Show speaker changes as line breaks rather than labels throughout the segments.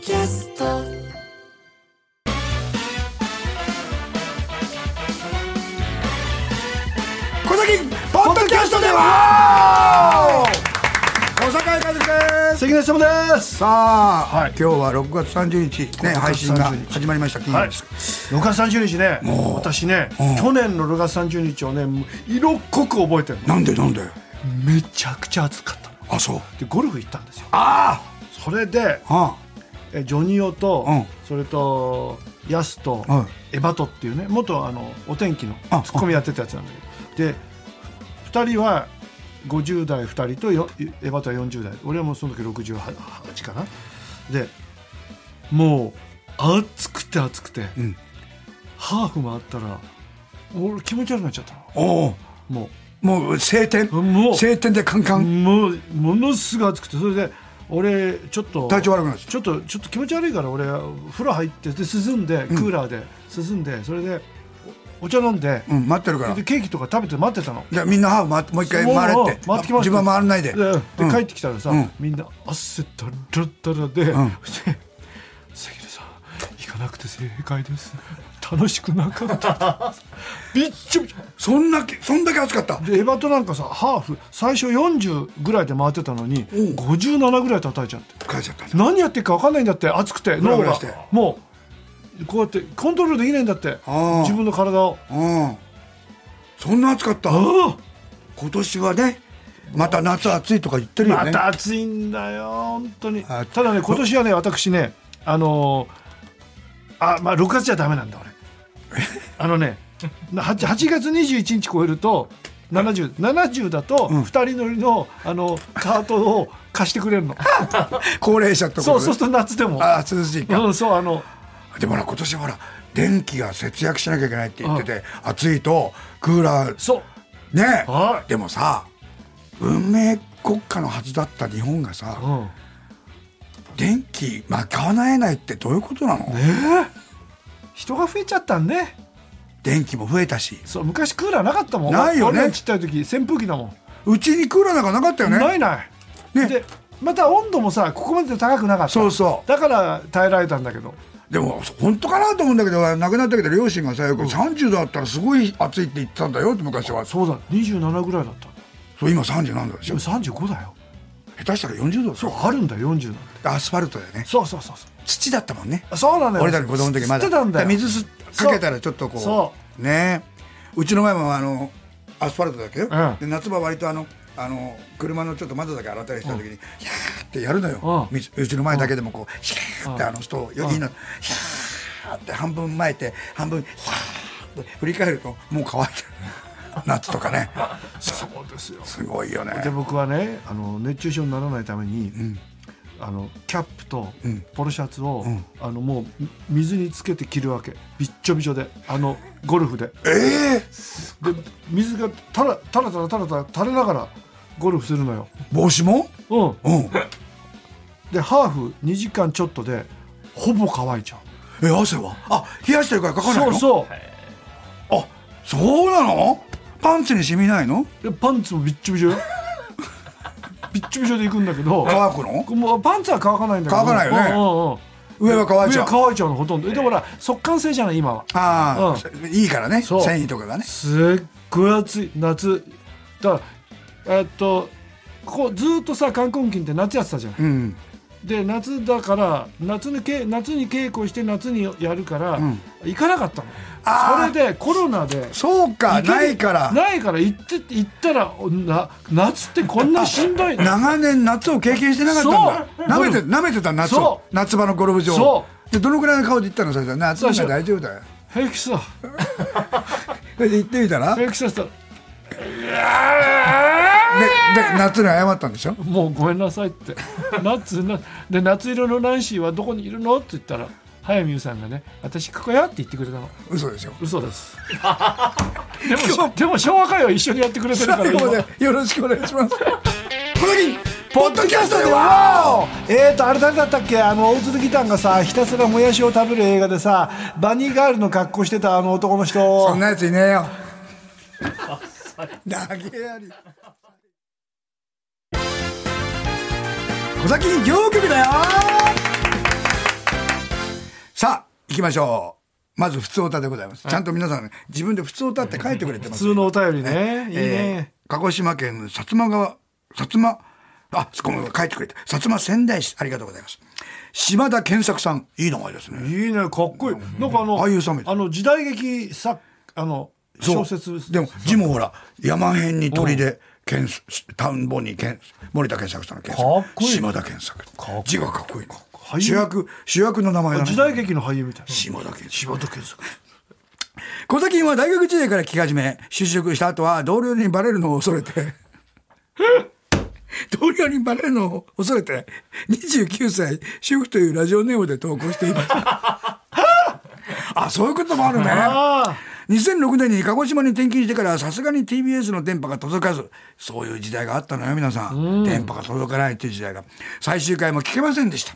キャスト
小崎ポッドキャストでは小坂井和樹です
関根様です
さあ、
はい
今日は6月30日ね配信が始まりました金曜
はい、
です、
6月30日ね私ね去年の6月30日をねもう色濃く覚えてる
なんでなんで
のめちゃくちゃ暑かったの
あそう
でゴルフ行ったんですよ
あ
それで
ああ
えジョニオと、
うん
それとヤスと、
は
エバトっていうね元あのお天気の
あ
ツッコミやってたやつなんだけどで2人は50代2人とよエバトは40代俺はもうその時68かなでもう暑くて暑くて、
ん
ハーフ回ったら俺気持ち悪くなっちゃったの
おお
も
もう晴天
うもう
晴天でカンカン
もうものすごい暑くてそれで俺ちょっと
体調悪くなっちゃった
ちょっとちょっと気持ち悪いから俺風呂入ってで涼んでクーラーで涼んでそれでおお茶飲んで
うん待ってるから
でケーキとか食べて待ってたの
じゃあみんなハーフ回ってもう一回回れって
回ってきました
自分は回らないで、
で
うん
帰ってきたらさ
うん
みんな汗だらだらでで
ん
「関根さん行かなくて正解です楽しくな かった」びっちょびちょ
そんなそんだけ暑かった
でエバトなんかさハーフ最初40ぐらいで回ってたのに
うん
57ぐらい叩いちゃって
帰っちゃった
何やってるか分かんないんだって暑くて
ブラ
脳
ブラ
が
して
もうこうやってコントロールできないんだって
ああ
自分の体を
うんそんな暑かった
あ
今年はねまた夏暑いとか言って
あ
るよ
ま
ね
た暑いんだよ本当に
あ
ただね今年はね私ねあのーあまあ6月じゃダメなんだ俺 あのね 8, 8月21日超えると7070だと2人乗りのあのカートを貸してくれるの
高齢者とか
そうそうすると夏でも
ああ涼しいか
うんそうあの
でもほら今年はほら電気が節約しなきゃいけないって言ってて暑いとクーラー
そう
ね
はい
でもさ文明国家のはずだった日本がさ
うん
電気賄えないってどういうことなの、
人が増えちゃったんね
電気も増えたし
そう昔クーラーなかったもん
ないよね
俺らちっちゃい時扇風機だもん、
うちにクーラーなんかなかったよね
ないない、
ね
でまた温度もさここまで高くなかった
そうそう
だから耐えられたんだけど
でも本当かなと思うんだけど亡くなったけど両親がさよく30度あったらすごい暑いって言ってたんだよって昔は
そうだ27ぐらいだったんだ
そう今30何度でし
で
ょ
も35だよ
下手したら40度だ
そう
よ
あるんだよ40なんて
アスファルトだよね
そうそうそうそ
土だったもんね
うそうなのよ
俺たち子供の時まだ
吸ってたんだよ
水すかけたらちょっとこ
そう
ねうちの前もあのアスファルトだけど、
うん
で夏場割とあのあの車のちょっと窓だけ洗ったりした時に、ヒャーってやるのよ、
うん
水うちの前だけでもこうヒャーってあの人よいいなヒャーって半分巻いて半分ヒャーって振り返るともう乾いてる夏とかね
そうですよ
すごいよね
で僕はねあの熱中症にならないために、あのキャップと
うん
ポロシャツを、
ん
あのもうみ水につけて着るわけびっちょびちょであのゴルフで
ええ
で水がたらたらたらたらたら垂れながらゴルフするのよ、
帽子も
うん、
うん
でハーフ2時間ちょっとでほぼ乾いちゃう
え汗はあ冷やしてるからかかないの
そうそ
あそうなのパンツに染みないの
うでパンツもびっちょびちょよ びっちょびちょで行くんだけど
乾くの
もうパンツは乾かないんだけど
乾かないよね
うんうんうん
上は乾いちゃう
上は乾いちゃうのほとんどでだから速乾性じゃない今は
ああ、いいからね繊
そう
維とかがね
すっごい暑い夏だからえっとこうずーっとさ観光金って夏やってたじゃん
うん
で夏だから夏にけ夏に稽古して夏にやるから、行かなかった
あ
の
ー
それでコロナで
そうか
行ける
ないから
ないから行って行ったらおな夏ってこんなしんどい
長年夏を経験してなかったんだ
そ
なめ
う
てなめてた夏を
そ
夏場のゴルフ場
そ
でどのくらいの顔で行ったの最初夏なん
最
か
初
大丈夫だよ
平気さ
それで行ってみたらでで
平気さしたら
夏に謝ったんでしょ
もうごめんなさいって夏なで夏色のナンシーはどこにいるのって言ったら早見優さんがね私ここやって言ってくれたの
嘘でしょ
嘘です でもしでも昭和歌謡一緒にやってくれてるから
最
今
後までよろしくお願いしますこの日
ポッドキャストではえーとあれ誰だったっけあの大鶴ギタンがさひたすらもやしを食べる映画でさバニーガールの格好してたあの男の
そ
人
んなやついねえ よ投げやり小崎行局だよ行きましょう。まず、普通歌でございます。ちゃんと皆さん、ね、自分で普通歌って書いてくれてま
普
す。
通のお便りね。いい
え
ね。
ー鹿児島県の薩摩川、薩摩、あ、そこも書いてくれた。薩摩仙台市、ありがとうございます。島田健作さん、いい名前ですね。
いいね、かっこいい。なんかあの、
ああいうサメ
あの時代劇さ、あの、
そう
小説
でも字もほら山辺に鳥で健田んぼに健森田健作さんの健
かっこいい
島田健作
こいい
字がかっこいい
いい
主役主役の名前だ、ね、
時代劇の俳優みたいな。
島田健作
柴田健作。
小崎は大学時代から聞き始め就職した後は同僚にバレるのを恐れ て同僚にバレるのを恐れて29歳主婦というラジオネームで投稿していました あそういうこともあるね
あ
2006年に鹿児島に転勤してからさすがに TBS の電波が届かずそういう時代があったのよ皆さん電波が届かないという時代が最終回も聞けませんでした、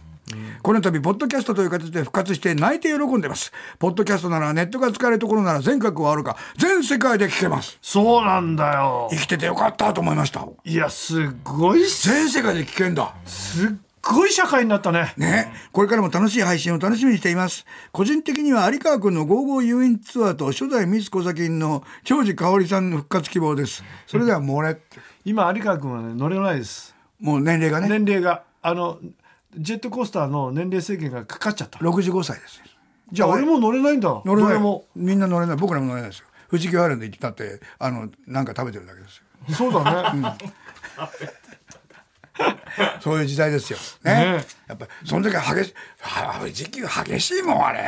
この度ポッドキャストという形で復活して泣いて喜んでますポッドキャストならネットが使えるところなら全国はあるか全世界で聞けます
そうなんだよ
生。きててよかったと思いました
いや、すごいっす、
全世界で聞けんだ
すっごい社会になったね。
ね、これからも楽しい配信を楽しみにしています。個人的には有川君の55遊園ツアーと初代ミス小崎の長寿香織さんの復活希望です。それではもうね、
今、有川君はね、乗れないです。
もう年齢がね、
年齢が、あの、ジェットコースターの年齢制限がかかっちゃった。
65歳です。
じゃあ、俺も乗れないんだ。
乗れない
俺も。
みんな乗れない。僕らも乗れないですよ。富士急ハイランド行ったって、あの、なんか食べてるだけですよ。
そう だね。
そういう時代ですよ。ね。
ね
やっぱり、その時は激し、は富士急激しいもん、あれ。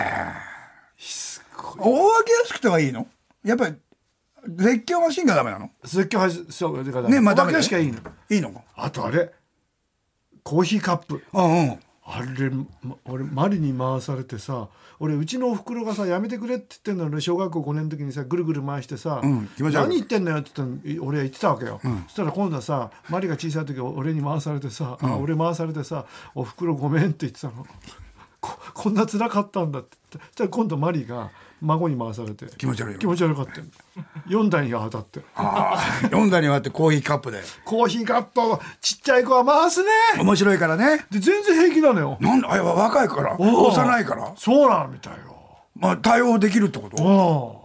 すごい。
大分けやすくてはいいのやっぱり、絶叫マシンがダメなの
説教始め、そう、だから、
ね、まあダメ
お
だよ
化けしかいいの。
いいのか。
あとあれ、コーヒーカップ。
うんうん。
あれ、ま俺、マリに回されてさ、俺、うちのおふくろがさ、やめてくれって言ってんのよ俺、小学校5年の時にさ、ぐるぐる回してさ、
ん気持ち悪い
何言ってんのよって言ったの俺は言ってたわけよ。そしたら今度はさ、マリが小さい時、俺に回されてさ、あ俺回されてさ、おふくろごめんって言ってたの。ここんな辛かったんだって言ってそしたら今度マリが孫に回されて
気持ち悪いよ
気持ち悪かったよ4台に当たって
読んだにはあってコーヒーカップで
コーヒーカップをちっちゃい子は回すね
面白いからね
で全然平気なのよ
なんだあれは若いから
おう
幼いから、
そうなんみたいよ
まあ、対応できるってこと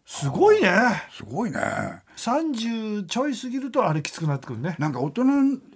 うんすごいね
すごいね
30ちょい過ぎるとあれきつくなってくるね
なんか大人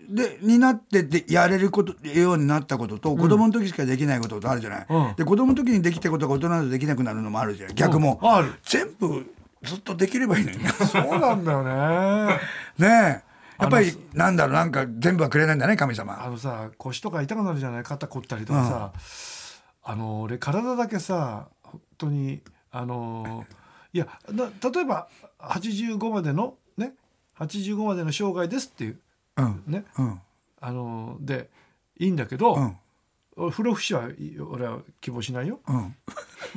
でになってでやれることようになったことと子供の時しかできないこととあるじゃない、
うん
で子供の時にできたことが大人だとできなくなるのもあるじゃん逆も、
うんある
全部ずっとできればいいのにね
そうなんだ よね
ねえやっぱりなんだろうなんか全部はくれないんだね神様
あのさ腰とか痛くなるじゃない肩凝ったりとかさ、あの俺体だけさ本当にあのいやな例えば85までのね85までの生涯ですっていう
うん
ね
うん
あのでいいんだけど、
うん
不老不死はい俺は希望しないよ
う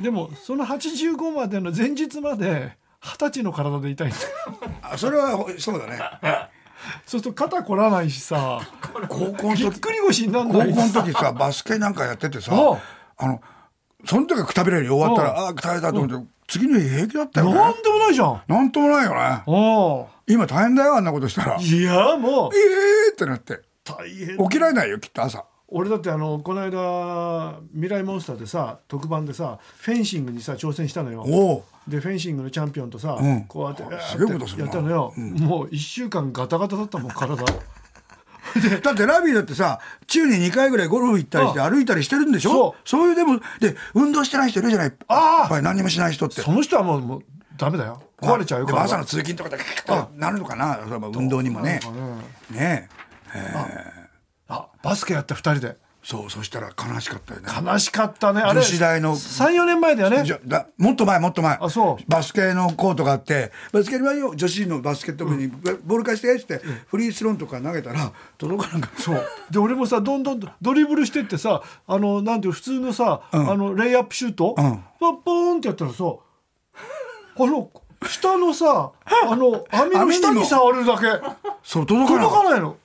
ん
でもその85までの前日まで二十歳の体でいたいんだ
あそれはそうだね
そうすると肩こらないし さ
高校の
ぎっ
時
くり腰 にな
高校
んない
の時さバスケなんかやっててさ
おう
あのその時はくたびれるよ終わったらああーくたびれたと思って次の日平気だったよ
な
ね
んでもないじゃん
なんともないよね
お
今大変だよあんなことしたら
う
え
いやもう
えーってなって
大変
起きられないよきっと朝
俺だってあのこの間「未来モンスター」でさ特番でさフェンシングにさ挑戦したのよ
おお
でフェンシングのチャンピオンとさ、
うん
こうやって
あすげえことするな
やったのよ、もう1週間ガタガタだったもん 体
だってラビーだってさ週に2回ぐらいゴルフ行ったりして歩いたりしてるんでしょ
そう
そういうでもで運動してない人いるじゃない
あー
やっぱり何にもしない人って
その人はもうもうダメだよ壊れちゃうよ
でも朝の
体
通勤とかでキャーッとなるのかなそれは運動にもね
なんかね
ねえ
あバスケやった2人で
そうそしたら悲しかったよね
悲しかったねあれ
女子大の
34年前だよね
じゃだもっと前もっと前
あそう
バスケのコートがあってバスケのよ女子のバスケット部にボール貸してってフリースローのとこから投げたら届かなかった
そうで俺もさどんどんドリブルしてってさあのなんていう普通のさ、あのレイアップシュート、
うん
ポンポーンってやったらさあの下のさあの網の下に触るだけ
そう届かな
届
かっ
かないの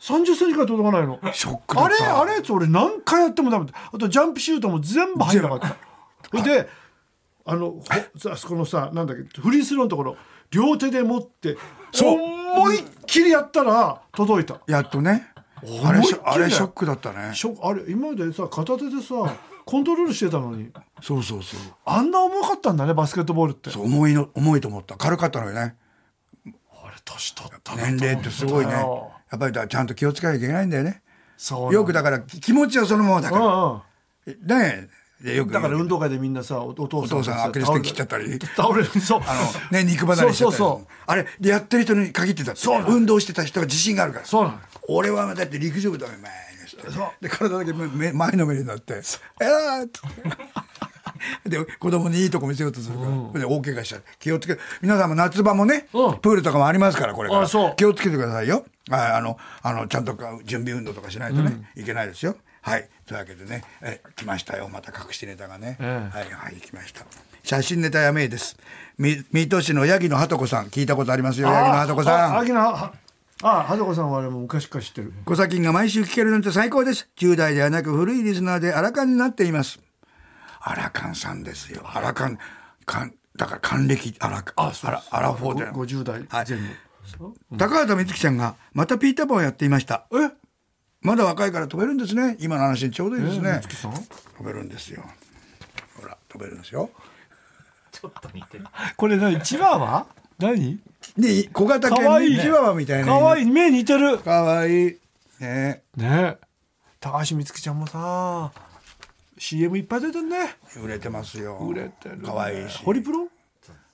30センチからい届かないの
たショックだ
あ
っ
れ
た
あれっつ俺何回やってもダメだあとジャンプシュートも全部入らなかったそれであのほあそこのさなんだっけフリースローのところ両手で持って
そう
思いっきりやったら届いた
やっとねあ
思い
れ
っき
シ
り
ョ
だよ
あれショックだったね
ショあれ今までさ片手でさコントロールしてたのに
そうそうそう
あんな重かったんだねバスケットボールって
そう重いの重いと思った軽かったのよね
あれ年取ったなと
年
思ったよ
齢ってすごいねやっぱりだからちゃんと気をつけなきゃいけないんだよね
そうなん
よくだからき気持ちはそのままだ
う
か
ん
ら
うん
ねえでよく
だから運動会でみんなさおお父
お
さん
父
が
さん
さ
アキレス腱切っちゃったり
倒れるそう
あ のね肉離れしちゃったり
そうそうそう
あれやってる人に限ってたって
そうなの
運動してた人が自信があるから
そうなの
俺はだって陸上部だよ前にして
そう
で体だけめめ前のめりになって「えーっつって」で子供にいいとこ見せようとするから、で大怪我しちゃう気をつけ皆さんも夏場もね、
うん
プールとかもありますからこれから
あそう
気をつけてくださいよああのあのちゃんとか準備運動とかしないとね、いけないですよはいというわけでねえ来ましたよまた隠しネタがね、
ええ
はいはい来ました写真ネタやめいですみ水戸市のヤギのハトコさん聞いたことありますよヤギのハトコさん
あ、萩野はあ、はとこさんはあれも昔から知ってる。
小崎が毎週聞けるなんて最高です。10代ではなく古いリスナーでアラカンになっています。アラカンさんですよ。アラカン、かんだから還暦、アラカン、アラアラフォーで
五十代
はい
前後。
高畑充希ちゃんがまたピーターパンをやっていました。
え、
まだ若いから飛べるんですね。今の話にちょうどいいですね
夏。木さん？
飛べるんですよ。ほら、飛べるんですよ。
ちょっと似てる。
これ何？チワワ？何？
で、小型
かわ
犬
いい
に
ね
チワワみたいな。
可愛
い。
い目似てる。
かわいい。ね
ね。高橋美月ちゃんもさ、CM いっぱい出てんね。
売れてますよ。
売れてる、ね。
かわいいし。
ホリプロ？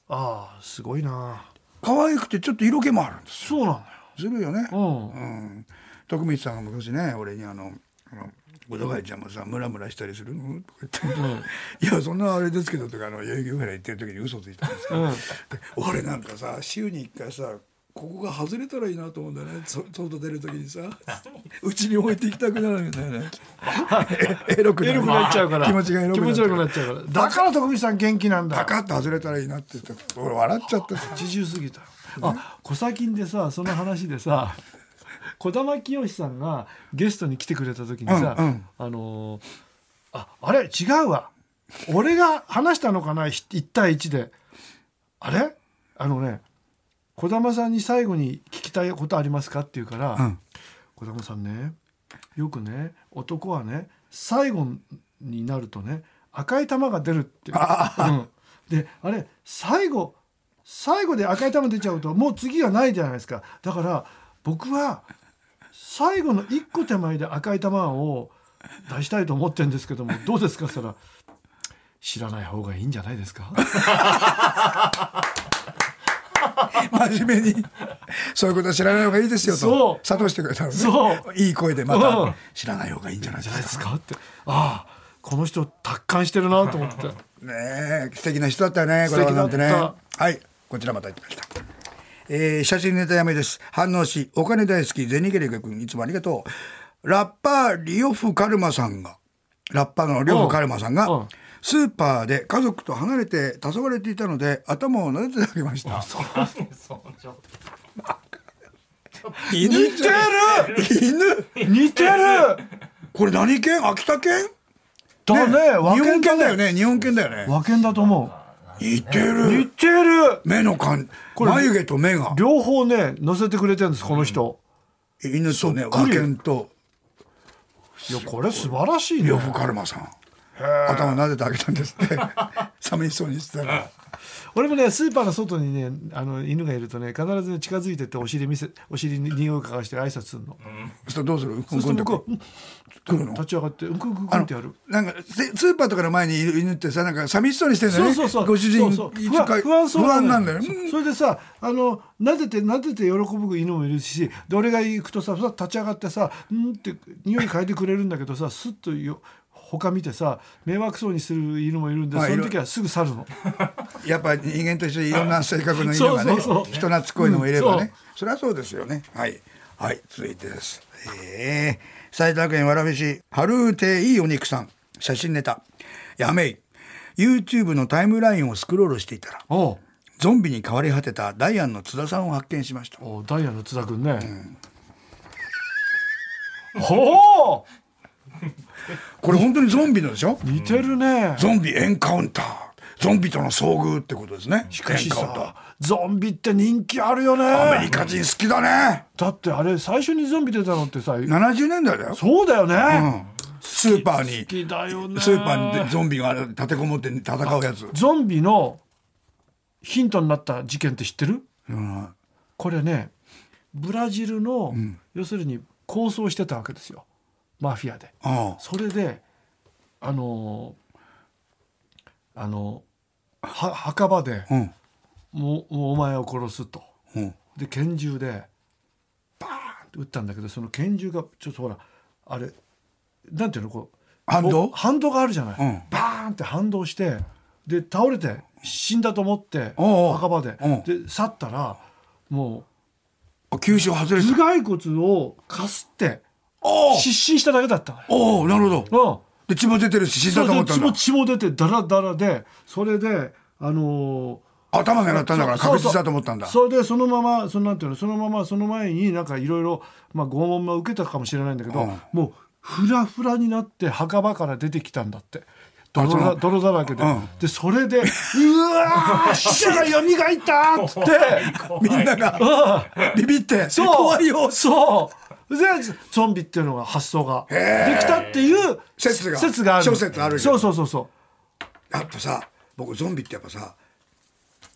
ああ、すごいな。
可愛くてちょっと色気もあるんです。
そうな
ずるいよね。
のよ。う。
うんん、徳光さんが昔ね俺にあの「あのゴドガイちゃんもさムラムラしたりするの?」とか言って「いやそんなあれですけど」とかあの代々木上原行ってる時に嘘ついたんですけど、
うん
で俺なんかさ週に1回さここが外れたらいいなと思うんだよねそ外出る時にさうちに置いていきたくなるんだよ ねエロく
エロくなっちゃうから。
気持ちがエロく
気
な
持
っ
ち
ちゃ
悪
う
くなっちゃうから。だから徳光さん元気なんだ。
パカッと外れたらいいなって言って俺笑っちゃってさ
八十過ぎたよあ小崎んでさその話で さ児玉清さんがゲストに来てくれた時にさ、
うんうん
あのーああれ違うわ俺が話したのかなひ一対一であれあのね児玉さんに最後に聞きたいことありますかって言うから、
うん
児玉さんねよくね男はね最後になるとね赤い玉が出るってうん、であれ最後最後で赤い玉出ちゃうともう次がないじゃないですかだから僕は最後の一個手前で赤い玉を出したいと思ってるんですけどもどうですかって言ったら知らない方がいいんじゃないですか
真面目にそういうことは知らない方がいいですよ
そ
と
う
諭してくれたのね
そう
いい声でま
うん
た知らない方がいいんじゃないで
じゃ
す
ない
か
ですかってああこの人達観してるなと思って
ねえ素敵な人だったよね
素敵だ
な
った
ねはいこちらまた行きましたえー写真ネタやめです反応しお金大好きゼニゲレゲ君いつもありがとうラッパーリオフカルマさんがラッパーのリオフカルマさん
うんうん
がスーパーで家族と離れて黄昏れていたので頭を撫でてあげました
そう、ちょっと。
犬じゃん犬
似てる
これ何犬秋田犬
だね
日
和
本
犬
犬だ
だ
よ
よね
ね日本犬だよね
和犬だと思
似て
う似
る
てる
目の感
これ
眉毛と目が
両方ね乗せてくれてるんですこの人、
犬とね
そっく
和
り
犬と
いやこれ素晴らしいね
呂布カルマさん頭撫でてあげたんですって寂しそうにしてたら
俺もねスーパーの外にねあの犬がいるとね必ずね近づいてってお尻見せお尻に匂い嗅がして挨拶するの、
そしたらどうするうんこ
そうすると向こ
ん
う、うん
来るの
立ち上がってうんくんくんく
あ
ん
の
ってやる
なんかせスーパーとかの前にいる犬ってさなんか寂しそうにしてるんだよ
そう
ね
そうそう
ご主人
そうそう
いつ
不
か
安不安そう
不安なんだよね
そ
うん
それでさあの撫でて撫でて喜ぶ犬もいるしで俺が行くとささ立ち上がってさうんって匂い嗅いでくれるんだけどさスッとよ他見てさ迷惑そうにする犬もいるんで
まあ
その時はすぐ去るの
やっぱ人間としていろんな性格の犬がね
そうそうそう
人懐っこいのもいればね、
うん
それはそうですよねはいはい続いてですえー、埼玉県蕨市春亭いいお肉さん写真ネタやめい YouTube のタイムラインをスクロールしていたら
おう
ゾンビに変わり果てたダイアンの津田さんを発見しました
おうダイヤの津田君ね、ほ
これ本当にゾンビのでしょ
う似てるね、
ゾンビエンカウンターゾンビとの遭遇ってことですねし
しかし
エンカウンター
さゾンビって人気あるよ
アメリ
ね
カ人好きだね
だってあれ最初にゾンビ出たのってさ
70年代だよ
そうだよね、
スーパーに
好きだよね
スーパーにゾンビが立てこもって戦うやつ、
ゾンビのヒントになった事件って知ってる
うん、
これねブラジルの、要するに抗争してたわけですよマフィアで
あ
それであのーあのーは墓場で
あうん
もうもうお前を殺すと
うん
で拳銃でバーンって撃ったんだけどその拳銃がちょっとほらあれなんていうのこう
反動
こう反動があるじゃない、
うん
バーンって反動してで倒れて死んだと思って
おうおう
墓場で
うん
で去ったらも
あ急所外
う
れてた
頭蓋骨をかすって
おお
失神しただけだったのよ
おおなるほど
うん
で血も出てるし死んだと思ったん
そ
だ
うそう血も血も出てダラダラでそれであの
頭狙ったんだから
そう
確
そう
実だと思ったんだ
ーそれでそのままそのなんていうのそのままその前になんかいろいろまあ拷問も受けたかもしれないんだけど、
うん
もうフラフラになって墓場から出てきたんだって泥
そ
だ
の
泥だらけで、
うん
でそれで「うわー死者が蘇った!」っつって。
みんながビビって
そ う
怖いよ
そうでゾンビっていうのが発想が
へー
できたっていう
説が
説がある
諸説あるよ
そうそうそうそ
やっぱさ僕ゾンビってやっぱさ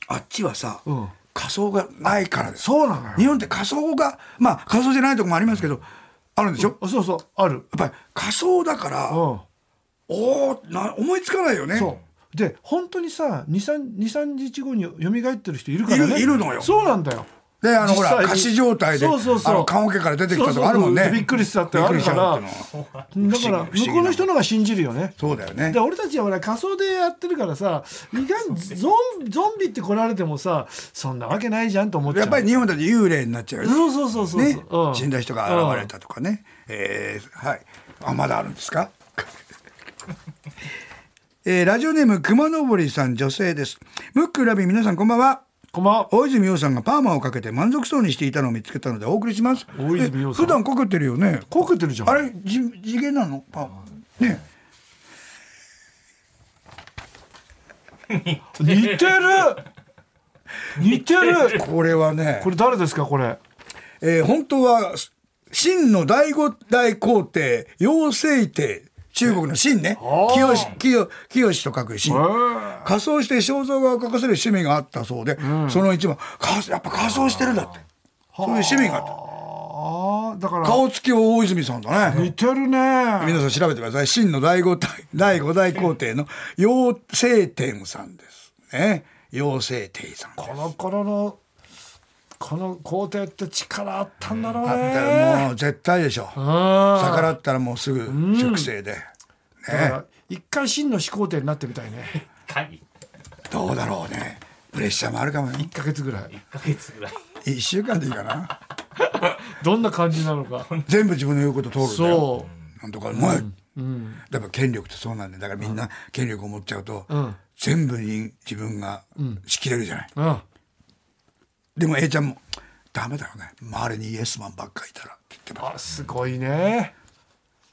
あっちはさ、
うん
仮想がないからで
う
す
そうなのよ
日本って仮想がまあ仮想じゃないとこもありますけどあるんでしょ、
あそうそうある
やっぱり仮想だから、
うん
おおな思いつかないよね
そうで本当にさ23日後に蘇ってる人いるからね
いるいるのよ
そうなんだよ
であのほ
実際
ら
に
仮死状態で
そうそうそう
あの棺桶から出てきたとかあるもんね
そうそうそうびっくりしたってあるから
びっくりしたっていうのは
だから
不思議
向こうの人のが信じるよね
そうだよね
で俺たちはほら仮想でやってるからさ意外にゾンゾンビって来られてもさそんなわけないじゃんと思っちゃう
やっぱり日本だと幽霊になっちゃうよね
そうそうそうそう、
ね
うん、
死んだ人が現れたとかね、えーはいあまだあるんですか えーラジオネーム熊登さん女性ですムックラビー皆さんこんばんは
こんばんは
大泉洋さんがパーマをかけて満足そうにしていたのを見つけたのでお送りします
大泉洋さん
え普段かけてるよね
こけてるじゃん
あれじ地毛なのパーマね
似てる似てる
これはね
これ誰ですかこれ
えー本当は秦の第五代皇帝陽聖帝中国の秦ね
あー
清し清清と書く秦
えー
仮装して肖像画を描かせる趣味があったそうで、その一番かやっぱ仮装してるんだってそういう趣味があっ
ああだから
た顔つきは大泉さんだ
似
ね
てるね
皆さん調べてください秦の第五代第五代皇帝の陽聖天さんですね陽聖帝さんです
この頃のこの皇帝って力あったんだろうね
あったらもう絶対でしょ
あ
逆らったらもうすぐ粛清で、
だから一回真の始皇帝になってみたいね
回
どうだろうねプレッシャーもあるかもね
1ヶ月ぐらい
1ヶ月ぐらい
1週間でいいかな
どんな感じなのか
全部自分の言うこと通るんだよ
そ
なんとかうまい、
う、うん、
やっぱ権力ってそうなんだよだからみんな権力を持っちゃうと、
うん
全部に自分が仕切れるじゃない、
うん、
でも A ちゃんも「ダメだよね周りにイエスマンばっかりいたら」って言ってます
あすごいね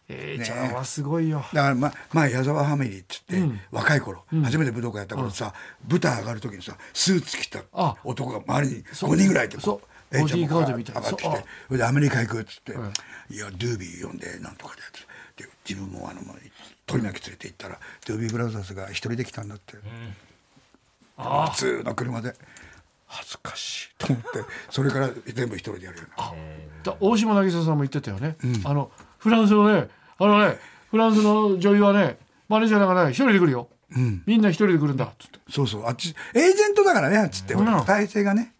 えいちゃんはすごいよ、
だからま前矢沢ファミリーって言って、若い頃、初めて武道館やった頃さ、舞台上がる時にさスーツ着た
あ
男が周りに5人ぐらいいてこ
そう
A ちゃんもこう上
ボディーガード
がっ
み
て
た
き
い
て
な
「
そうあ
それでアメリカ行く」っつって「
ん
いやドゥービー呼んでなんとかで」ってで自分もあの取り巻き連れて行ったらドゥービーブラザーズが一人で来たんだって。普通の車で恥ずかしいと思ってそれから全部一人でやるよう
だ大島渚さんも言ってたよね、あのフランスのねあのねフランスの女優はねマネージャーがね一人で来るよ、みんな一人で来るんだっつって
なそうそうあっちエージェントだからねあっちって
うん
体制がね、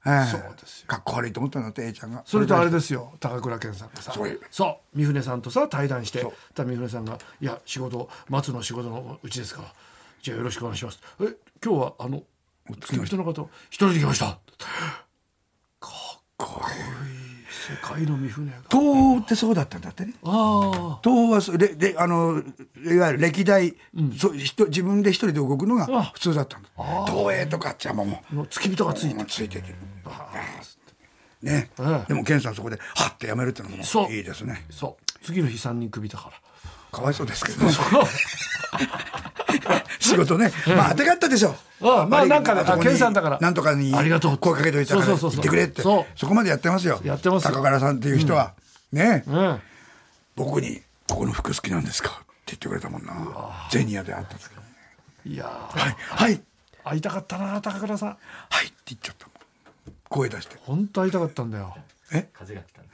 はい
そうですよ
かっこ悪いと思ったんだって A ちゃんが
それとあれですよ高倉健さんがさ
そういう
そう三船さんとさ対談して
そう
た三船さんが「いや仕事松の仕事のうちですからじゃあよろしくお願いします」え今日はあの付き人の方一人で来ました」かっこいい世界の三船が
東欧ってそうだったんだってね
ああ
東欧はそれであのいわゆる歴代、そう人自分で一人で動くのが普通だったんだ東映とかあっちはもうも
の付き人がつ
う
いて
もうついててね、
ええ
でも健さんそこでハッてやめるってのも
そう
いいですね
そう次の日3人首だから
かわいそうですけどね 仕事ね、まあ当てがったでしょ
ああまあ
悪いけど
なんかね
とこに
あ健さんだから
なんとかに
ありがとう
声かけといたから
そ
言
うそうそ
っ
うそう
てくれって
そ
そうこまでやってますよ
やってますよ
高倉さんっていう人は、ね
うん
僕にここの服好きなんですか?」って言ってくれたもんなゼニアで会ったんですけど「
いやー
はいはい
会いたかったな高倉さん
はい」って言っちゃったもん声出して
本当会いたかったんだよ
風が来たんで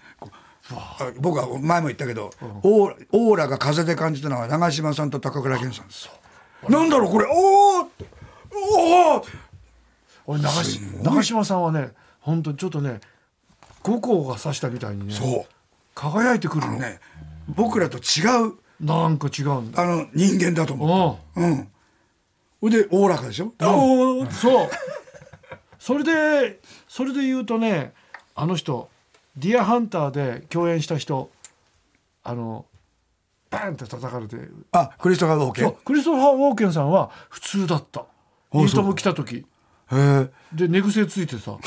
あ僕は前も言ったけど、オーラオーラが風で感じたのは長嶋さんと高倉健さんですなんだろうこれおーおお
俺長し長嶋さんはね本当にちょっとね五光が指したみたいにね
そう
輝いてくる
あ
の
のね僕らと違う
なんか違うんだ
あの人間だと
う
思うんうんほいでおおらかでしょおお
そうそれでそれで言うとねあの人「ディアハンター」で共演した人あのバーンって叩かれて
あクリストファー・ウォーケン
そうクリストファー・ウォーケンさんは普通だった「いいと
そ
も」
う
来た時
へえ
で寝癖ついて さ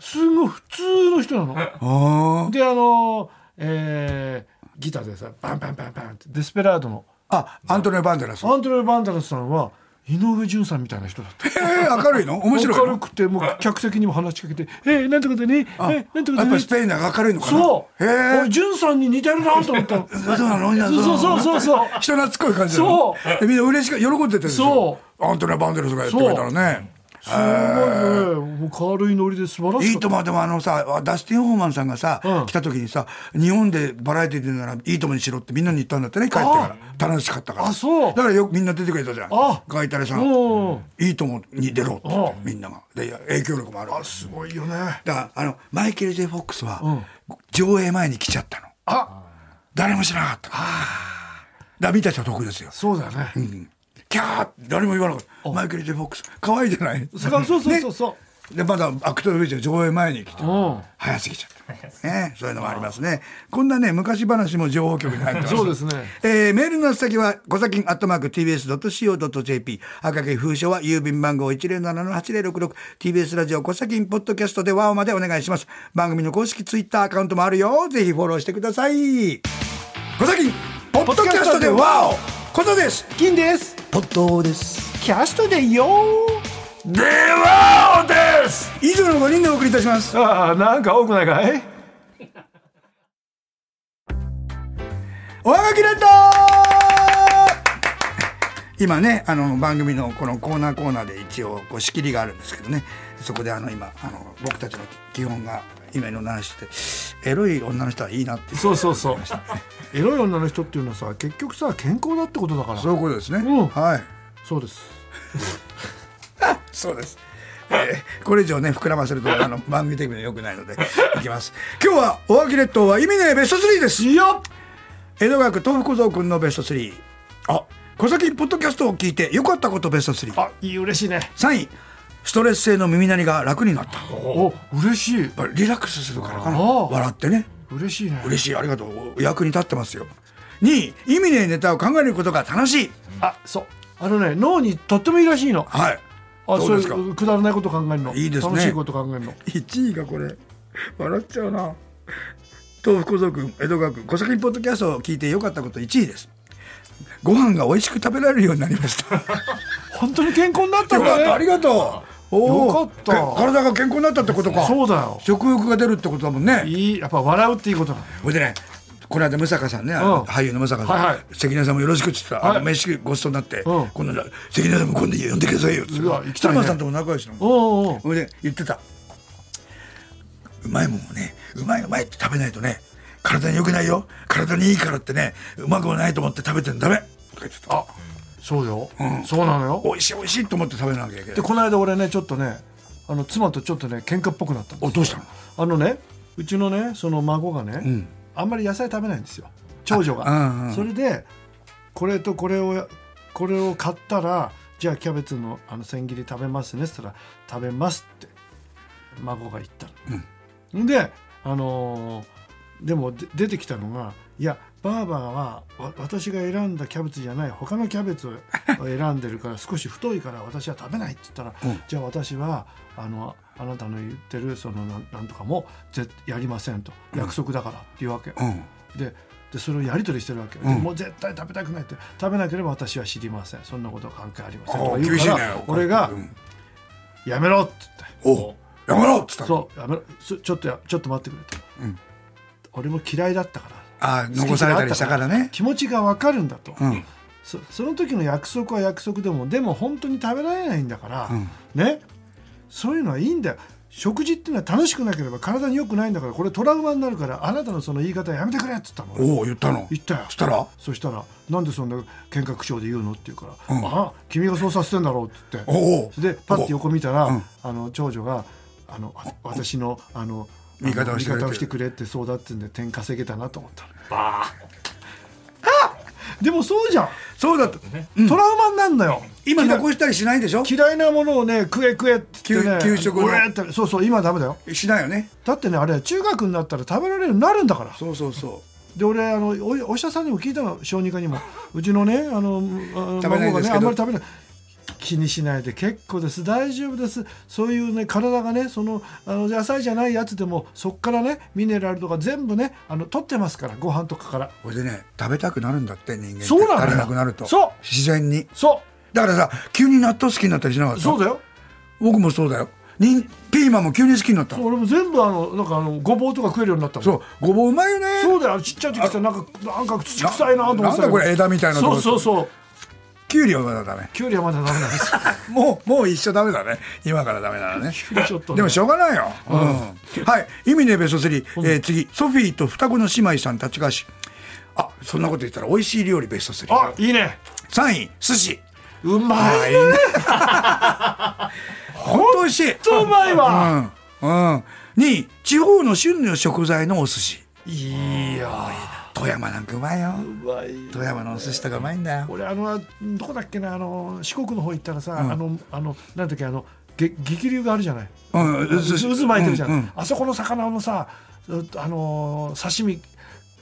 すごい普通の人なの。
あー
であのえーギターでさバンバンバンバンってデスペラードの
あアントニオ・バンデラスへ
アントニオ・バンダラスさんは井上順さんみたいな人だった。
え明るいの面白いの
明るくてもう客席にも話しかけて「えー、なんてことねえ
あ
ー、なんてことね」
やっぱりスペインが明るいのかな
そう
へ
俺
え
潤さんに似てるなと思ったの
そうなの
そうそうそうそう
人懐っこい感じなの
そ
でみんな嬉しく喜んでてるでしょ
そ
アントニオ・バンデルスがやってくれたらね
すごいねもう軽いノリで素晴ら
い
し
い
か
と
っ
もでもあのさダスティン・ホーマンさんがさ、
うん
来た時にさ日本でバラエティーでならいいともにしろってみんなに言ったんだってね帰ってから楽しかったから
あそう
だからよくみんな出てくれたじゃん
あ
ガイタレさ
た
ん
うん
いいともに出ろって言って
あ
みんながで影響力もある
あすごいよね
だからあのマイケル・ジェフォックスは、上映前に来ちゃったの
あ
誰も知らなかっただから見た人は得ですよ、
そうだよね、
うんキャーって誰も言わなかったマイケル・ジェフォックス可愛いじゃない
そうそうそうそうそう、
でまだアクトルビーチの上映前に来て
うん
早すぎちゃった、ね、そういうのもありますねこんなね昔話も情報局に入ってます
そうですね
えーメールの宛先は、小崎アットマーク tbs.co.jp。赤木封書は郵便番号107-8066。tbs ラジオ小崎ポッドキャストでワオまでお願いします。番組の公式ツイッターアカウントもあるよ。ぜひフォローしてください。小崎ポッドキャストでワオことです。
金です
ポッドです。
キャストでよ
でワオです以上の5人でお送りいたします。
ああなんか多くないかい
おはがきレッド今ねあの番組のこのコーナーコーナーで一応こう仕切りがあるんですけどねそこであの今あの僕たちの基本が今の話してエロい女の人はいいなっていう
そうそうそうエロい女の人っていうのはさ結局さ健康だってことだから
そういうことですね、
うん
はい
そうです
そうです、えーこれ以上ね膨らませるとあの番組的には良くないのでいきます今日はおはぎ列島は意味ねえベスト3です
いや
江戸川区豆腐小僧くんのベスト3あ小崎ポッドキャストを聞いて良かったことベスト3
あいい嬉しいね
3位ストレス性の耳鳴りが楽になったやっ
お嬉しい
ぱりリラックスするからかな
あー
笑ってね
嬉しいね
嬉しいありがとうお役に立ってますよ2位意味ねえネタを考えることが楽しい
あそうあのね脳にとってもいいらしいの
はい
あ
そうです
い
か
うくだらないこと考えるの
いいですね
楽しいこと考えるの
1位がこれ笑っちゃうな豆腐小僧君江戸川君小崎ポッドキャストを聞いてよかったこと1位ですご飯が美味しく食べられるようになりました よか
本当に健康になったん
った
だ
あ
ね
りがとうおー
よかった
け体が健康になったってことか
そうだよ
食欲が出るってことだもんね
いいやっぱ笑うっていいことなのよ
ほいでねこの間武坂さんね、あの
うん
俳優の武坂さん、
はいはい
関根さんもよろしくって言ってた、あ
は
の
い
飯ごちそうになって、
うん
今度関根さんも今度呼んでくださいよって言って
うわ行きたい
鶴
ね
間さんとも仲良しなの
おうおう
ほいで言ってたうまいもんをねうまいうまいって食べないとね体に良くないよ体にいいからってねうまくもないと思って食べてんのダメとか言ってたあ
そうよ、
ん
そうなのよ
美味しい美味しいと思って食べなきゃいけない
でこの間俺ねちょっとねあの妻とちょっとね喧嘩っぽくなったんで
お
す
どうしたの
あのねうちのねその孫がね、
ん
あんまり野菜食べないんですよ長女
あ
が、
うんうん
それでこれとこれをこれを買ったらじゃあキャベツのあの千切り食べますねっつったら「食べます」って孫が言ったの、ん、であのーでもで出てきたのが「いやばあばはわ私が選んだキャベツじゃない他のキャベツを 選んでるから少し太いから私は食べない」って言ったら「じゃあ私はあのあなたの言ってるそのなんなんとかもぜやりません」と「約束だから」っていうわけ、
うん
ででそれをやり取りしてるわけ、でもう絶対食べたくないって食べなければ私は知りませんそんなことは関係ありませんと
あ
か
あ
言う
厳しい
か
ね
ら、俺が
うん
「やめろ」って言って。
おやめろっつったの
そうやめろそちょっとやちょっと待ってくれと、俺も嫌いだったから
あ残されたりしたからね
気持ちが分かるんだと、
うん
そその時の約束は約束でもでも本当に食べられないんだから、ねそういうのはいいんだよ食事っていうのは楽しくなければ体に良くないんだからこれトラウマになるからあなたのその言い方やめてくれっつったの
おお言ったの
言ったよ
そしたら
そしたら「なんでそんな喧嘩口調で言うの?」って言うから「
うん
あ君がそうさせてんだろ」って言って
おおう
でパッて横見たら、
うん
あの長女があのあ私のあの
味方をしてくれてる
味方をしてくれってそうだってんで点稼げたなと思ったの
バ
でもそうじゃん、
そうだった
ーね
トラウマになんのよ
今
嫌い
残したりしないでしょ
嫌いなものをね食え食えって言って、ね、
給給食の
俺ってそうそう今はダメだよ
しないよね
だってねあれ中学になったら食べられるようになるんだから
そうそうそ
で俺あのおお医者さんにも聞いたの小児科 にもうちのねあのあ
食べない
孫が
ですけど
ねあんまり食べない気にしないで結構です大丈夫ですそういうね体がねそのあの野菜じゃないやつでもそっからねミネラルとか全部ねあの取ってますからご飯とかから
うこれでね食べたくなるんだって人間って
そうなのよ
食べなくなると
そう
自然に
そ
だからさ急に納豆好きになったりしなかっ
う
た
そうだよ
僕もそうだよにんピーマンも急に好きになった
そう俺も全部あのなんかあのごぼうとか食えるようになったもん
そうごぼううまいよね
そうだよちっちゃい時さなんかなんか土臭いなと思って
ななんだこれ枝みたいなと
そ
こ
うそうそう
きゅうりはまだダメ
きゅうりはまだダメなんですよ
もうもう一緒ダメだね今からダメだね
きゅうりちょっとね
でもしょうがないよ、うんはい意味ねえベスト3、えー次ソフィーと双子の姉妹さんたちがしあそんなこと言ったら美味しい料理ベスト3
あいいね
3位寿司
うまいね
本当美味しい
ほんとうまいわ、
うん、うん、2位地方の旬の食材のお寿司
いいよ
富山なんかうまいよ
うまい
富山のお寿司とかうまいんだよ
俺あのどこだっけなあの四国の方行ったらさ、あのあのなんだっけあのげ激流があるじゃない
うん
渦渦巻いてるじゃん、
うう
あそこの魚のさうあのー刺身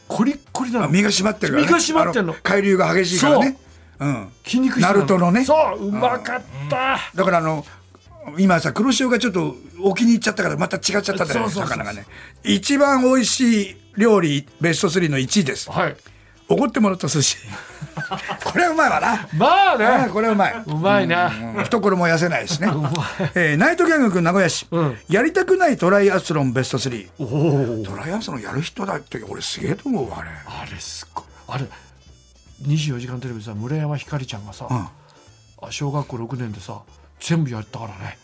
コリッコリな
あ
の
身が締まってるから、ね、
身が締まってんの
あ海流が激しいからねうん
筋肉質
ナルトのね
そううまかった、
だからあの今さ黒潮がちょっと沖に行っちゃったからまた違っちゃったじゃない
そうそうそう
魚がね一番美味しい料理ベスト3の1位です
はい
おごってもらった寿司 これはうまいわな
まあね
ああこれはうまいう
まいな、
うん懐も痩せない しね、えーナイトギャング君名古屋市、
うん
やりたくないトライアスロンベスト3
おお
トライアスロンやる人だって俺すげえと思うわあれ
あれすごいあれ24時間テレビでさ村山ひかりちゃんがさ、あ小学校6年でさ全部やったからね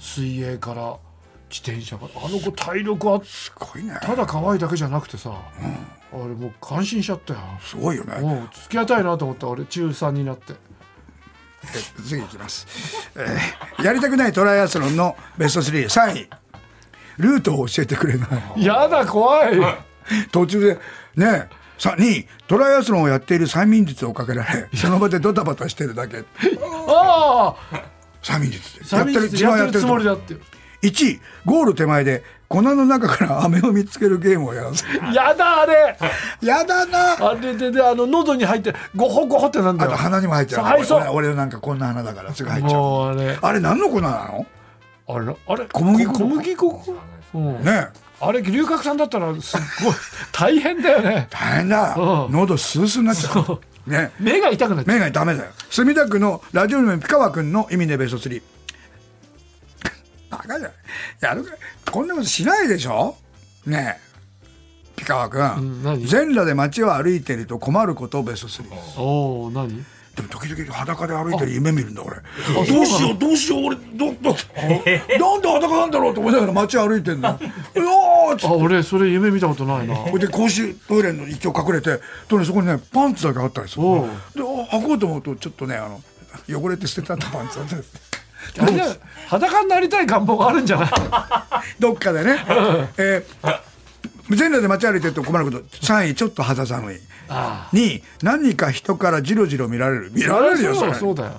水泳から自転車からあの子体力あっ
すごいね
ただ可愛いだけじゃなくてさ、あれもう感心しちゃったよ
すごいよね
もう付き合いたいなと思った俺中3になって
え次いきます、えーやりたくないトライアスロンのベスト33位ルートを教えてくれない
やだ怖い
途中でねさ2位トライアスロンをやっている催眠術をかけられその場でドタバタしてるだけ
ああ
催眠術で
サミ
自
ス
分は
やってるつもりだ
と
って
1位ゴール手前で粉の中から飴を見つけるゲームをやらせる
やだあれ
やだな
あれでであの喉に入ってゴホゴホってなんだ
あ
よ
と鼻にも入っちゃう
入りそう
俺俺なんかこんな鼻だからすぐ入っちゃう
もうあれ
あれ何の粉なの
あれあれ
小麦粉
小麦粉、うん
ね
あれ龍角散だったらすっごい大変だよね
大変だ
うん
喉スースーになっちゃ
そう
ね
目が痛くなっちゃ
目がダメだよ墨田区のラジオネームピカワ君の意味でベスト3バカじゃないやるかこんなことしないでしょねえピカワ
うん何
君全裸で街を歩いてると困ることをベスト3で
うおお何
も時々裸で歩いてる夢見るんだ俺
あ
どうしようどうしよう俺どどなんで裸なんだろうと思いながら街歩いてんだようわー っつっ
あ俺それ夢見たことないな
ほいで公衆トイレの一応隠れてとねそこにねパンツだけあったりする
お
の
う
であ履こうと思うとちょっとねあの汚れて捨てたってパンツだったり
あれだよ裸になりたい願望があるんじゃない
どっかでね、えー全裸で街歩いてると困ること3位ちょっと肌寒い
あ
2位何か人からじろじろ見られる見られるよそ
そう
れ
だそうだよ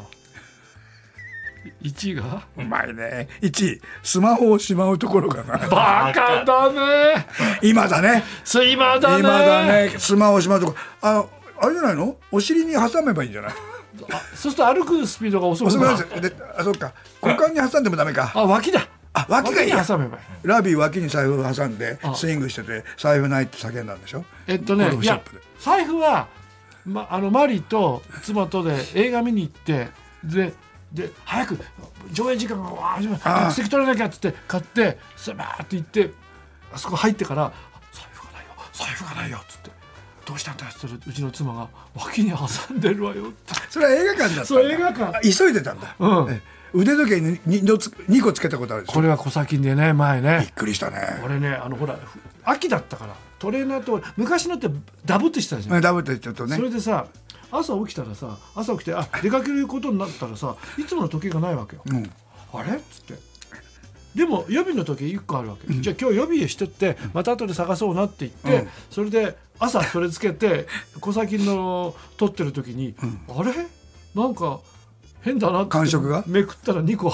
1位が
うまいね1位スマホをしまうところがない
バカだね
今だね
すいまだね
今だねスマホをしまうとこあのあれじゃないのお尻に挟めばいいんじゃ ない
あそうすると歩くスピードが遅
お
く
尻
な
に
る
挟んであそっか股間に挟んでもダメか
あ脇だ
あ脇がいいや
に挟めばいい
ラビー脇に財布挟んでスイングしてて財布ないって叫んだんでしょ
えっと
ゴ
ね
ルフ
い
ショッ
や
プで
財布は、ま、あのマリーと妻とで映画見に行ってでで早く上映時間がわあ
ああ
席取らなきゃっつって買ってスバーって行ってあそこ入ってから「財布がないよ財布がないよ」っつってどうしたんだよ」って言ったらうちの妻が「脇に挟んでるわよ」って
それは映画館だった
そ
ん
う
だ
映画館
急いでたんだ、
うん
え腕時計に 2, つ二個つけたことあるでしょ
これは小先でね前
びっ
ね
くりしたね
俺ねあのほらふ秋だったからトレーナーと昔のってダブってしてたじゃん、
ねダブってちょっとね
それでさ朝起きたらさ朝起きてあ出かけることになったらさいつもの時計がないわけよ
うん
あれっつってでも予備の時計1個あるわけ、じゃあ今日予備してってまた後で探そうなって言って、
うん
それで朝それつけて小先の撮ってる時に、あれなんか変だなって
感触が
めくったら2個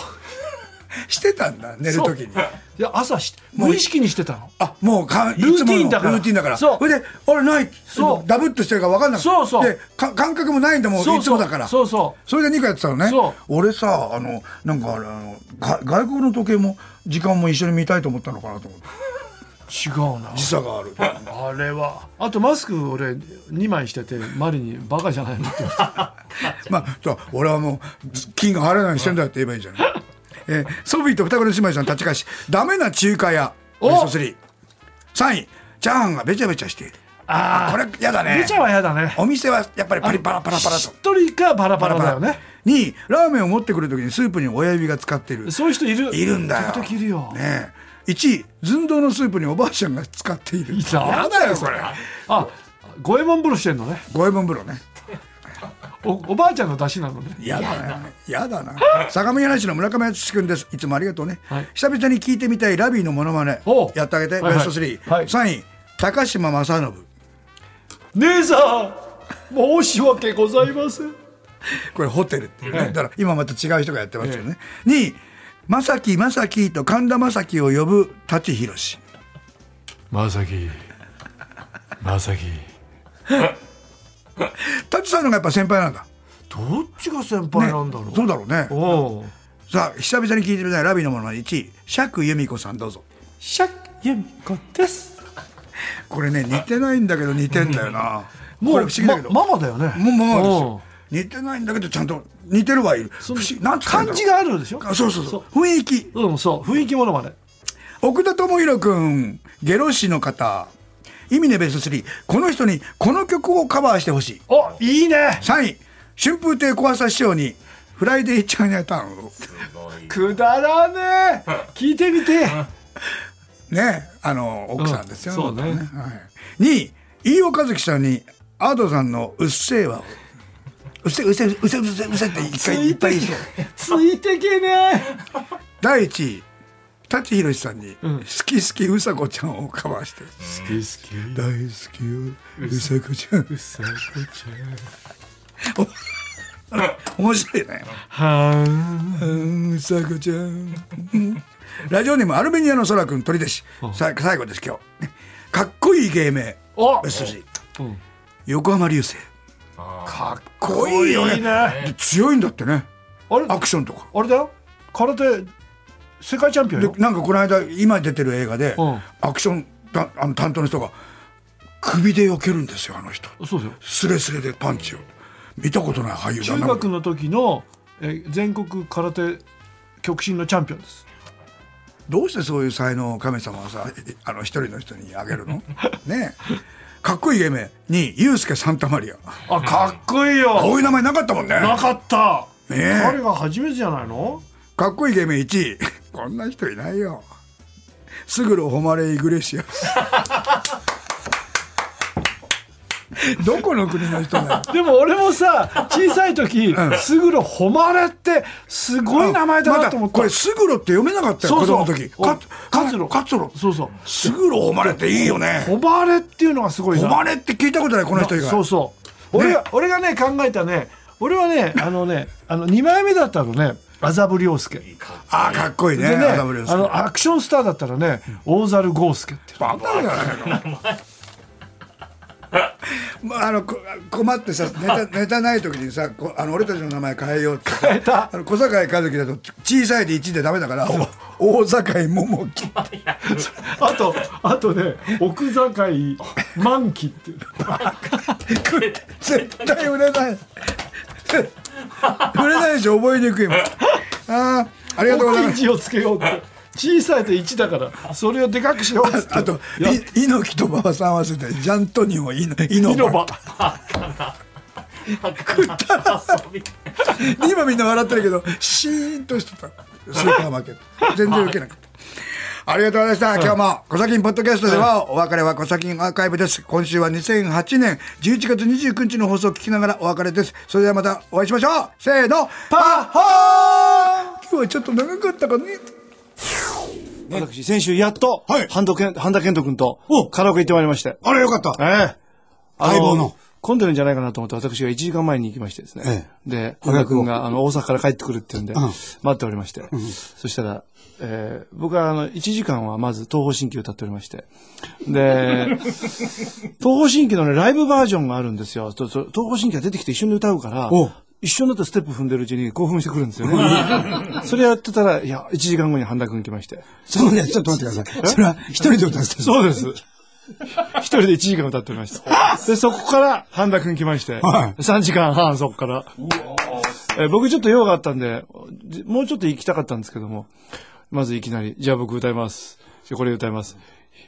してたんだ寝る時に
いや朝し
う
無意識にしてたの
あもうかい
ルーテ
つ
ィ
もの
ンだから
ルーティンだから
そう
れであれない
そう
ダブっとしてるから分かんなくて
そうそう
でか感覚もないんだもんいつもだから
そうそ
それで2個やってたのね
そう
俺さあのなんかあれあのが外国の時計も時間も一緒に見たいと思ったのかなと思って
う違うな
時差がある
あれはあとマスク俺2枚しててマリに「バカじゃないの?」って言われた
まあそう俺はもう金が入らないようにしてんだよって言えばいいじゃん、えーソフィーと双子の姉妹さん立ち返しダメな中華屋
お
ベスト33位チャーハンがべちゃべちゃしている
あ
これやだね
出ちゃはやだね
お店はやっぱりパリパラパラパラ
し
と
っとりかバラバラだよね
2位ラーメンを持ってくるときにスープに親指が使ってる
そういう人いる
いるんだよ
時々いるよ、
ねえ1位寸胴のスープにおばあちゃんが使っている
いた
やだよそれ
あ五右衛門風呂してんのね
五右衛門風呂ね
おおばあちゃんの出汁なのね
やだねやだな相模原市の村上敦君ですいつもありがとうね、
はい
久々に聞いてみたいラビーのモノマネ
おう
やってあげて、
はいはい
ベスト3、
はい
3位高島正信
姉さん申し訳ございません
これホテルっていうね、
はい
だから今また違う人がやってますよね、2位正樹正樹と神田正樹を呼ぶ舘ひろし
まさきまさき
舘さんのがやっぱ先輩なんだ
どっちが先
ね
輩なんだろう、
そうだろうね
おう
さあ久々に聞いてみたいラビーのものまね1位釈由美子さんどうぞ
シャッユミコです
これね似てないんだけど似てんだよな
もう
これ不思議だけど、
ま、ママだよね
もうもうです
お
よ似てないんだけどちゃんと似てるはいる不
の
思議なんつったらいいんだろう
感じがあるでしょ
あそうそうそう雰囲気
うんそう雰囲気ものまね
奥田智弘君ゲロ氏の方意味ねベスト3この人にこの曲をカバーしてほしい
おいいね
3位春風亭小朝師匠に「フライデーチャイナタウンを
すごい
くだらねえ聞いてみ て」
ねあの奥さんですよ、
うんそう
は
ね
い、2位飯尾和樹さんにアドさんの「うっせぇわ」を「うっせぇうっせぇうっせぇうっせぇうっせぇ」って一
つ
回いっ
い
ぱい
て
言う
けついてけない
第1位舘ひろしさんに「
ん
好き好きうさこちゃん」をカバーしてる
好き好き
大好きようさこちゃん
うさこち
面白いね
ゃん。はん。
うんうさこちゃんうんラジオネームアルメニアの空くん鳥弟子さ最後です今日かっこいい芸名
お
ベスト G
うん
横浜流星
あ
かっ
こいいよね
いいねあれ
で強いんだってねア
あ
クションとか
れだよ。空手世界チャンピオン
で
よ。
なんかこの間今出てる映画で
うん
アクションたあの担当の人が首で避けるんですよあの人
そうだよ。
スレスレでパンチを見たことない俳優だ
中
な
学の時のえー全国空手極真のチャンピオンです。
どうしてそういう才能を神様は さあの一人の人にあげる のねえかっこいい芸名にユースケ・サンタマリア
あかっこいい
こ
よ。
ういう名前なかったもんね
なかった。
ねえ
彼が初めてじゃないの？
かっこいい芸名1位こんな人いないよスグロ・ホマレ・イグレシア スどこの国の人 だよ
でも俺もさ小さい時すぐろ誉れってすごい名前だなと思っ
ま
た
これ。スグロって読めなかったよ
そうそう
子供の時
お
か
カツロ
カツロ
そうそう。
スグロ・ホマレっていいよね
誉れっていうのがすごいな。
ホマレって聞いたことないこの人以外
そうそう俺が、俺がね考えたね俺はねあのねあの2枚目だったのね麻布亮介
ーいいか
ああかっこいいね
でねあ
アダムリウス
のアクションスターだったらね、大猿豪介っていう
バカじゃないのまあ、あのこ困ってさネタネタない時にさこあの俺たちの名前変えようって
変え
あ
た
の小堺一樹だと小さいで1でダメだからお大堺桃木
あとあとね奥坂井満期っていう
絶対売れない売れないでしょ覚えにくいもんああありがとうござい
奥
ます
一をつけようって
小さいと1だからそれをでかくしようっつって
あと
いや
い猪木と馬場さん合わせてジャントニオ猪木
広 場
遊び
今みんな笑ってるけどシーンとしてたスーパーマーケット全然受けなかった。ありがとうございました。今日も、コサキンポッドキャストでは、お別れはコサキンアーカイブです。今週は2008年11月29日の放送を聞きながらお別れです。それではまたお会いしましょうせーのパッホー今日はちょっと長かったかね
私先週やっと
はい
半田健半田健人君と
お
カラオケ行ってまいりまして
あれよかった
ええあ
相棒の
混んでるんじゃないかなと思って私が1時間前に行きましてですね、で
予
半田
約を
君があの大阪から帰ってくるっていうんで、待っておりまして、そしたら、えー僕はあの1時間はまず東方神起を歌っておりまして で東方神起のねライブバージョンがあるんですよとそ東方神起が出てきて一緒に歌うから
お
一緒になってステップ踏んでるうちに興奮してくるん ですよね それやってたらいや1時間後に半田君来まして
そのね、ちょっと待ってください。それは一人で歌って
そうです。一人で1時間歌っておりました。で、そこから、半田くん来まして、
は
3時間半、そこから。えー僕ちょっと用があったんで、じもうちょっと行きたかったんですけども、まずいきなり、じゃあ僕歌います。じゃあこれ歌います。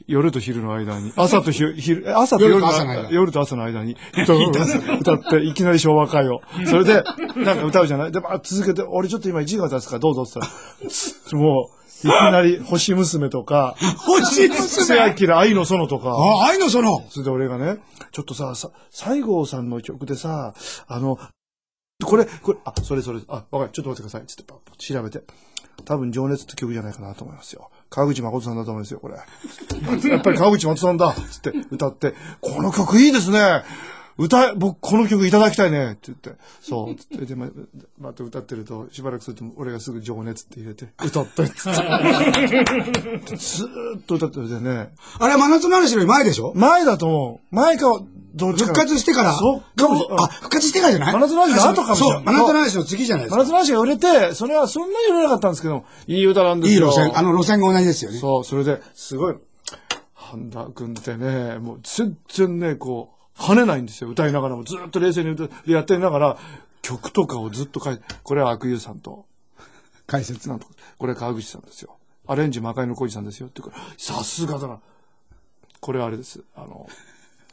夜と昼の間 に、朝とひ昼、え朝と夜の
夜と朝の間
夜と朝の間に、 歌って、いきなり昭和歌謡。それで、なんか歌うじゃないで、まあ続けて、俺ちょっと今1時間出すからどうぞって言ったら、 もう、いきなり、星娘とか、
星
せやきら愛の園とか。
あ、愛のその
それで俺がね、ちょっとさ、さ、西郷さんの曲でさ、あの、これ、これ、あ、それそれ、あ、わかる、ちょっと待ってください。ちょっとパッと調べて。多分、情熱って曲じゃないかなと思いますよ。川口誠さんだと思いますよ、これ。やっぱり川口誠さんだつって歌って、この曲いいですね歌え、僕、この曲いただきたいねって言って、そう、つって、で、ま、また歌ってると、しばらくすると、俺がすぐ情熱って入れて、歌って、つって。ずーっと歌ってるでね、
あれは真夏の嵐より前でしょ
前だと思う。前か、どっちか。
復活してから。
そう。
か
か
も
も、
あ、復活してからじゃない
真夏の嵐の後かもしれない
そう、真夏の嵐の次じゃないです
真
か。
夏の嵐が売れて、それはそんなに売れなかったんですけど、いい歌なんで
いい
すよ。
路線、あの路線が同じですよね。
そう、それで、すごい、半田君ってね、もう全然ね、こう、跳ねないんですよ。歌いながらも、ずっと冷静に歌ってやってながら、曲とかをずっと書いて、これは悪友さんと、
解説
な。んとか、これは川口さんですよ。アレンジ魔界の浩二さんですよ。っていうから、さすがだな。これはあれです。あの、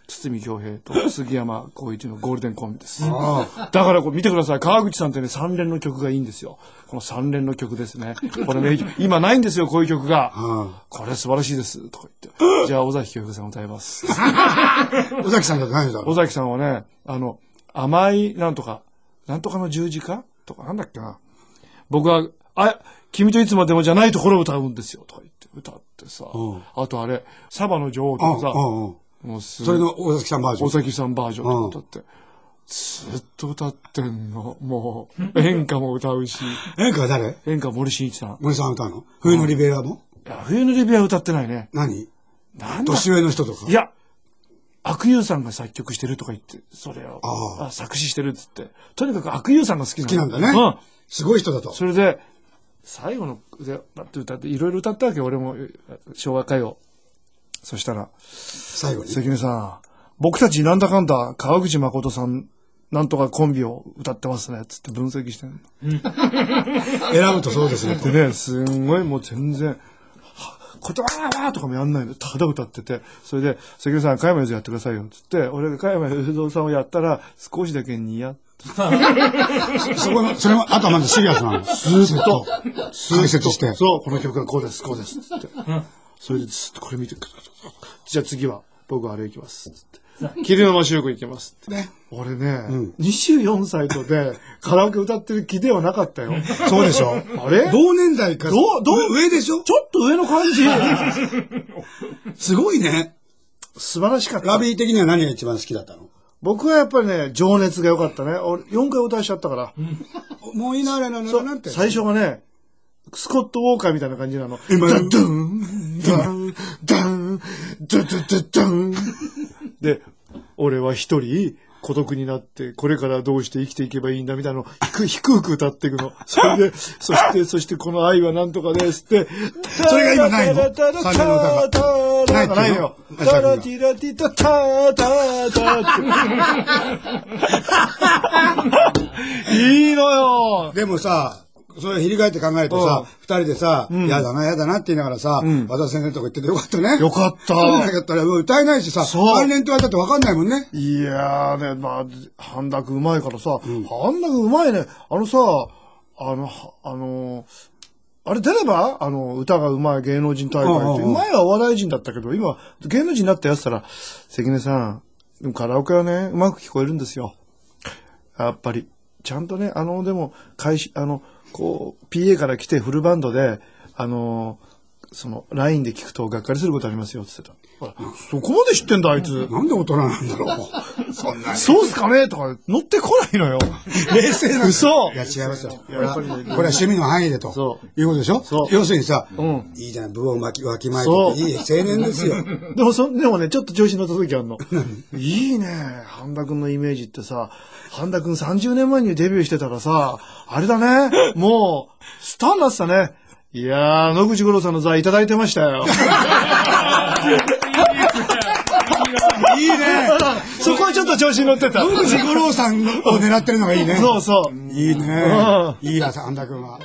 堤恭平と杉山浩一のゴールデンコンビです。だからこれ見てください。川口さんってね、三連の曲がいいんですよ。この三連の曲ですね。これ 名曲今ないんですよ、こういう曲が。これ素晴らしいです。とか言って。じゃあ、尾崎清子さん歌 います。
尾崎さんだと何だろ
尾崎さんはね、あの、甘い、なんとか、なんとかの十字架とか、なんだっけな。僕は、あ、君といつまでもじゃないところを歌うんですよ、とか言って、歌ってさ、あとあれ、サバの女王と
う。
かさ、
うんうん。
もうす
それ
ごい
の尾崎さんバージョ
尾
ン。
崎さんバージョンとか歌って、ずっと歌ってんの、もう、演歌も歌うし、
演歌は誰
演歌森進一さん。
森さん歌うの冬のリベラも
いや、冬のリベア歌ってないね。
何
なんだ
年上の人とか
い。や、悪友さんが作曲してるとか言って、それを、
ああ
あ作詞してるっつって。とにかく悪友さんが好きなの
好きなんだね
うん。
すごい人だと。
それで、最後の、で、バッて歌って、いろいろ歌ったわけ、俺も、え昭和歌謡。そしたら、
最後に。
関根さん、僕たちなんだかんだ、川口誠さん、なんとかコンビを歌ってますね、つって分析してんの
選ぶとそう ですね。
でね、すんごいもう全然、は言葉はとかもやんないの。ただ歌ってて。それで、関根さん、加山雄三やってくださいよ。つって、俺が加山雄三さんをやったら、少しだけニヤッ
そこの、それも、あとはまずシリアスなの。ずっと。解説して。
そう、この曲がこうです、こうです。つって。それでずっとこれ見てくる。じゃあ次は、僕はあれ行きます。つって。霧の真周子行きます。って
ね
俺ね、24歳とで、カラオケ歌ってる気ではなかったよ。
そうでしょ。
あれ
同年代か。
どうどう
上でしょ
ちょっと上の感じ。
すごいね。
素晴らしかった
ラ。ビー的には何が一番好きだったの
僕はやっぱりね、情熱が良かったね。俺、4回歌いしちゃったから。
思いなれなのなんて。
最初がね、スコット・ウォーカーみたいな感じなの。
今
ダンドゥン、ダン、ダン、ダンダンダンダン。で、俺は一人、孤独になって、これからどうして生きていけばいいんだみたいなのを低低く歌っていくの。それで、そして、そしてこの愛はなんとかですって。
それが今ないの
タラタラ
サビの歌が
タラタラ
ないっていうの
タラティラティタタタタって。いいのよ
でもさ、
それをひり返って考えるとさ、二、人でさ、やだな、やだなって言いながらさ、和田先生のとこ行っててよかったね。
よかった
そうじゃなかったらもう歌えないしさ、
そう
関連って言われたってわかんないもんね。
いやーね、まあ、半田君うまいからさ、半田君うまいね。あのさ、あの、はあのー、あれ出ればあの、歌がうまい芸能人大会って。
うんうんうん
前はお笑い人だったけど、今、芸能人になったやつたら、関根さん、でもカラオケはね、うまく聞こえるんですよ。やっぱり。ちゃんとね、あの、でも、開始、あの、こう、PA から来てフルバンドで、あのー、その、ラインで聞くとがっかりすることありますよ、って言ってた。ほら、そこまで知ってんだ、あいつ。
なんで大人なんだろう。そんなに。
そうっすかねとか、乗ってこないのよ。 冷静な。嘘
いや、違いますよ。これ
やっ
は
ぱ
こ
り
れ
ね
は趣味の範囲でと。
そう
いうことでしょ
そう
要するにさ、
ん
いいじゃん、部を巻き、わきまえ
そう
てて、いい青年で すよ。
でもそ、でもね、ちょっと調子乗った時あんの。 いいね。半田くんのイメージってさ、半田くん30年前にデビューしてたらさ、あれだね。もう、スターになってたね。いやー、野口五郎さんの座いただいてましたよ。
いいね。
そこはちょっと調子に乗ってた。
野口五郎さんを狙ってるのがいいね。
そうそう。
いいね
う。
いいや、安田君は。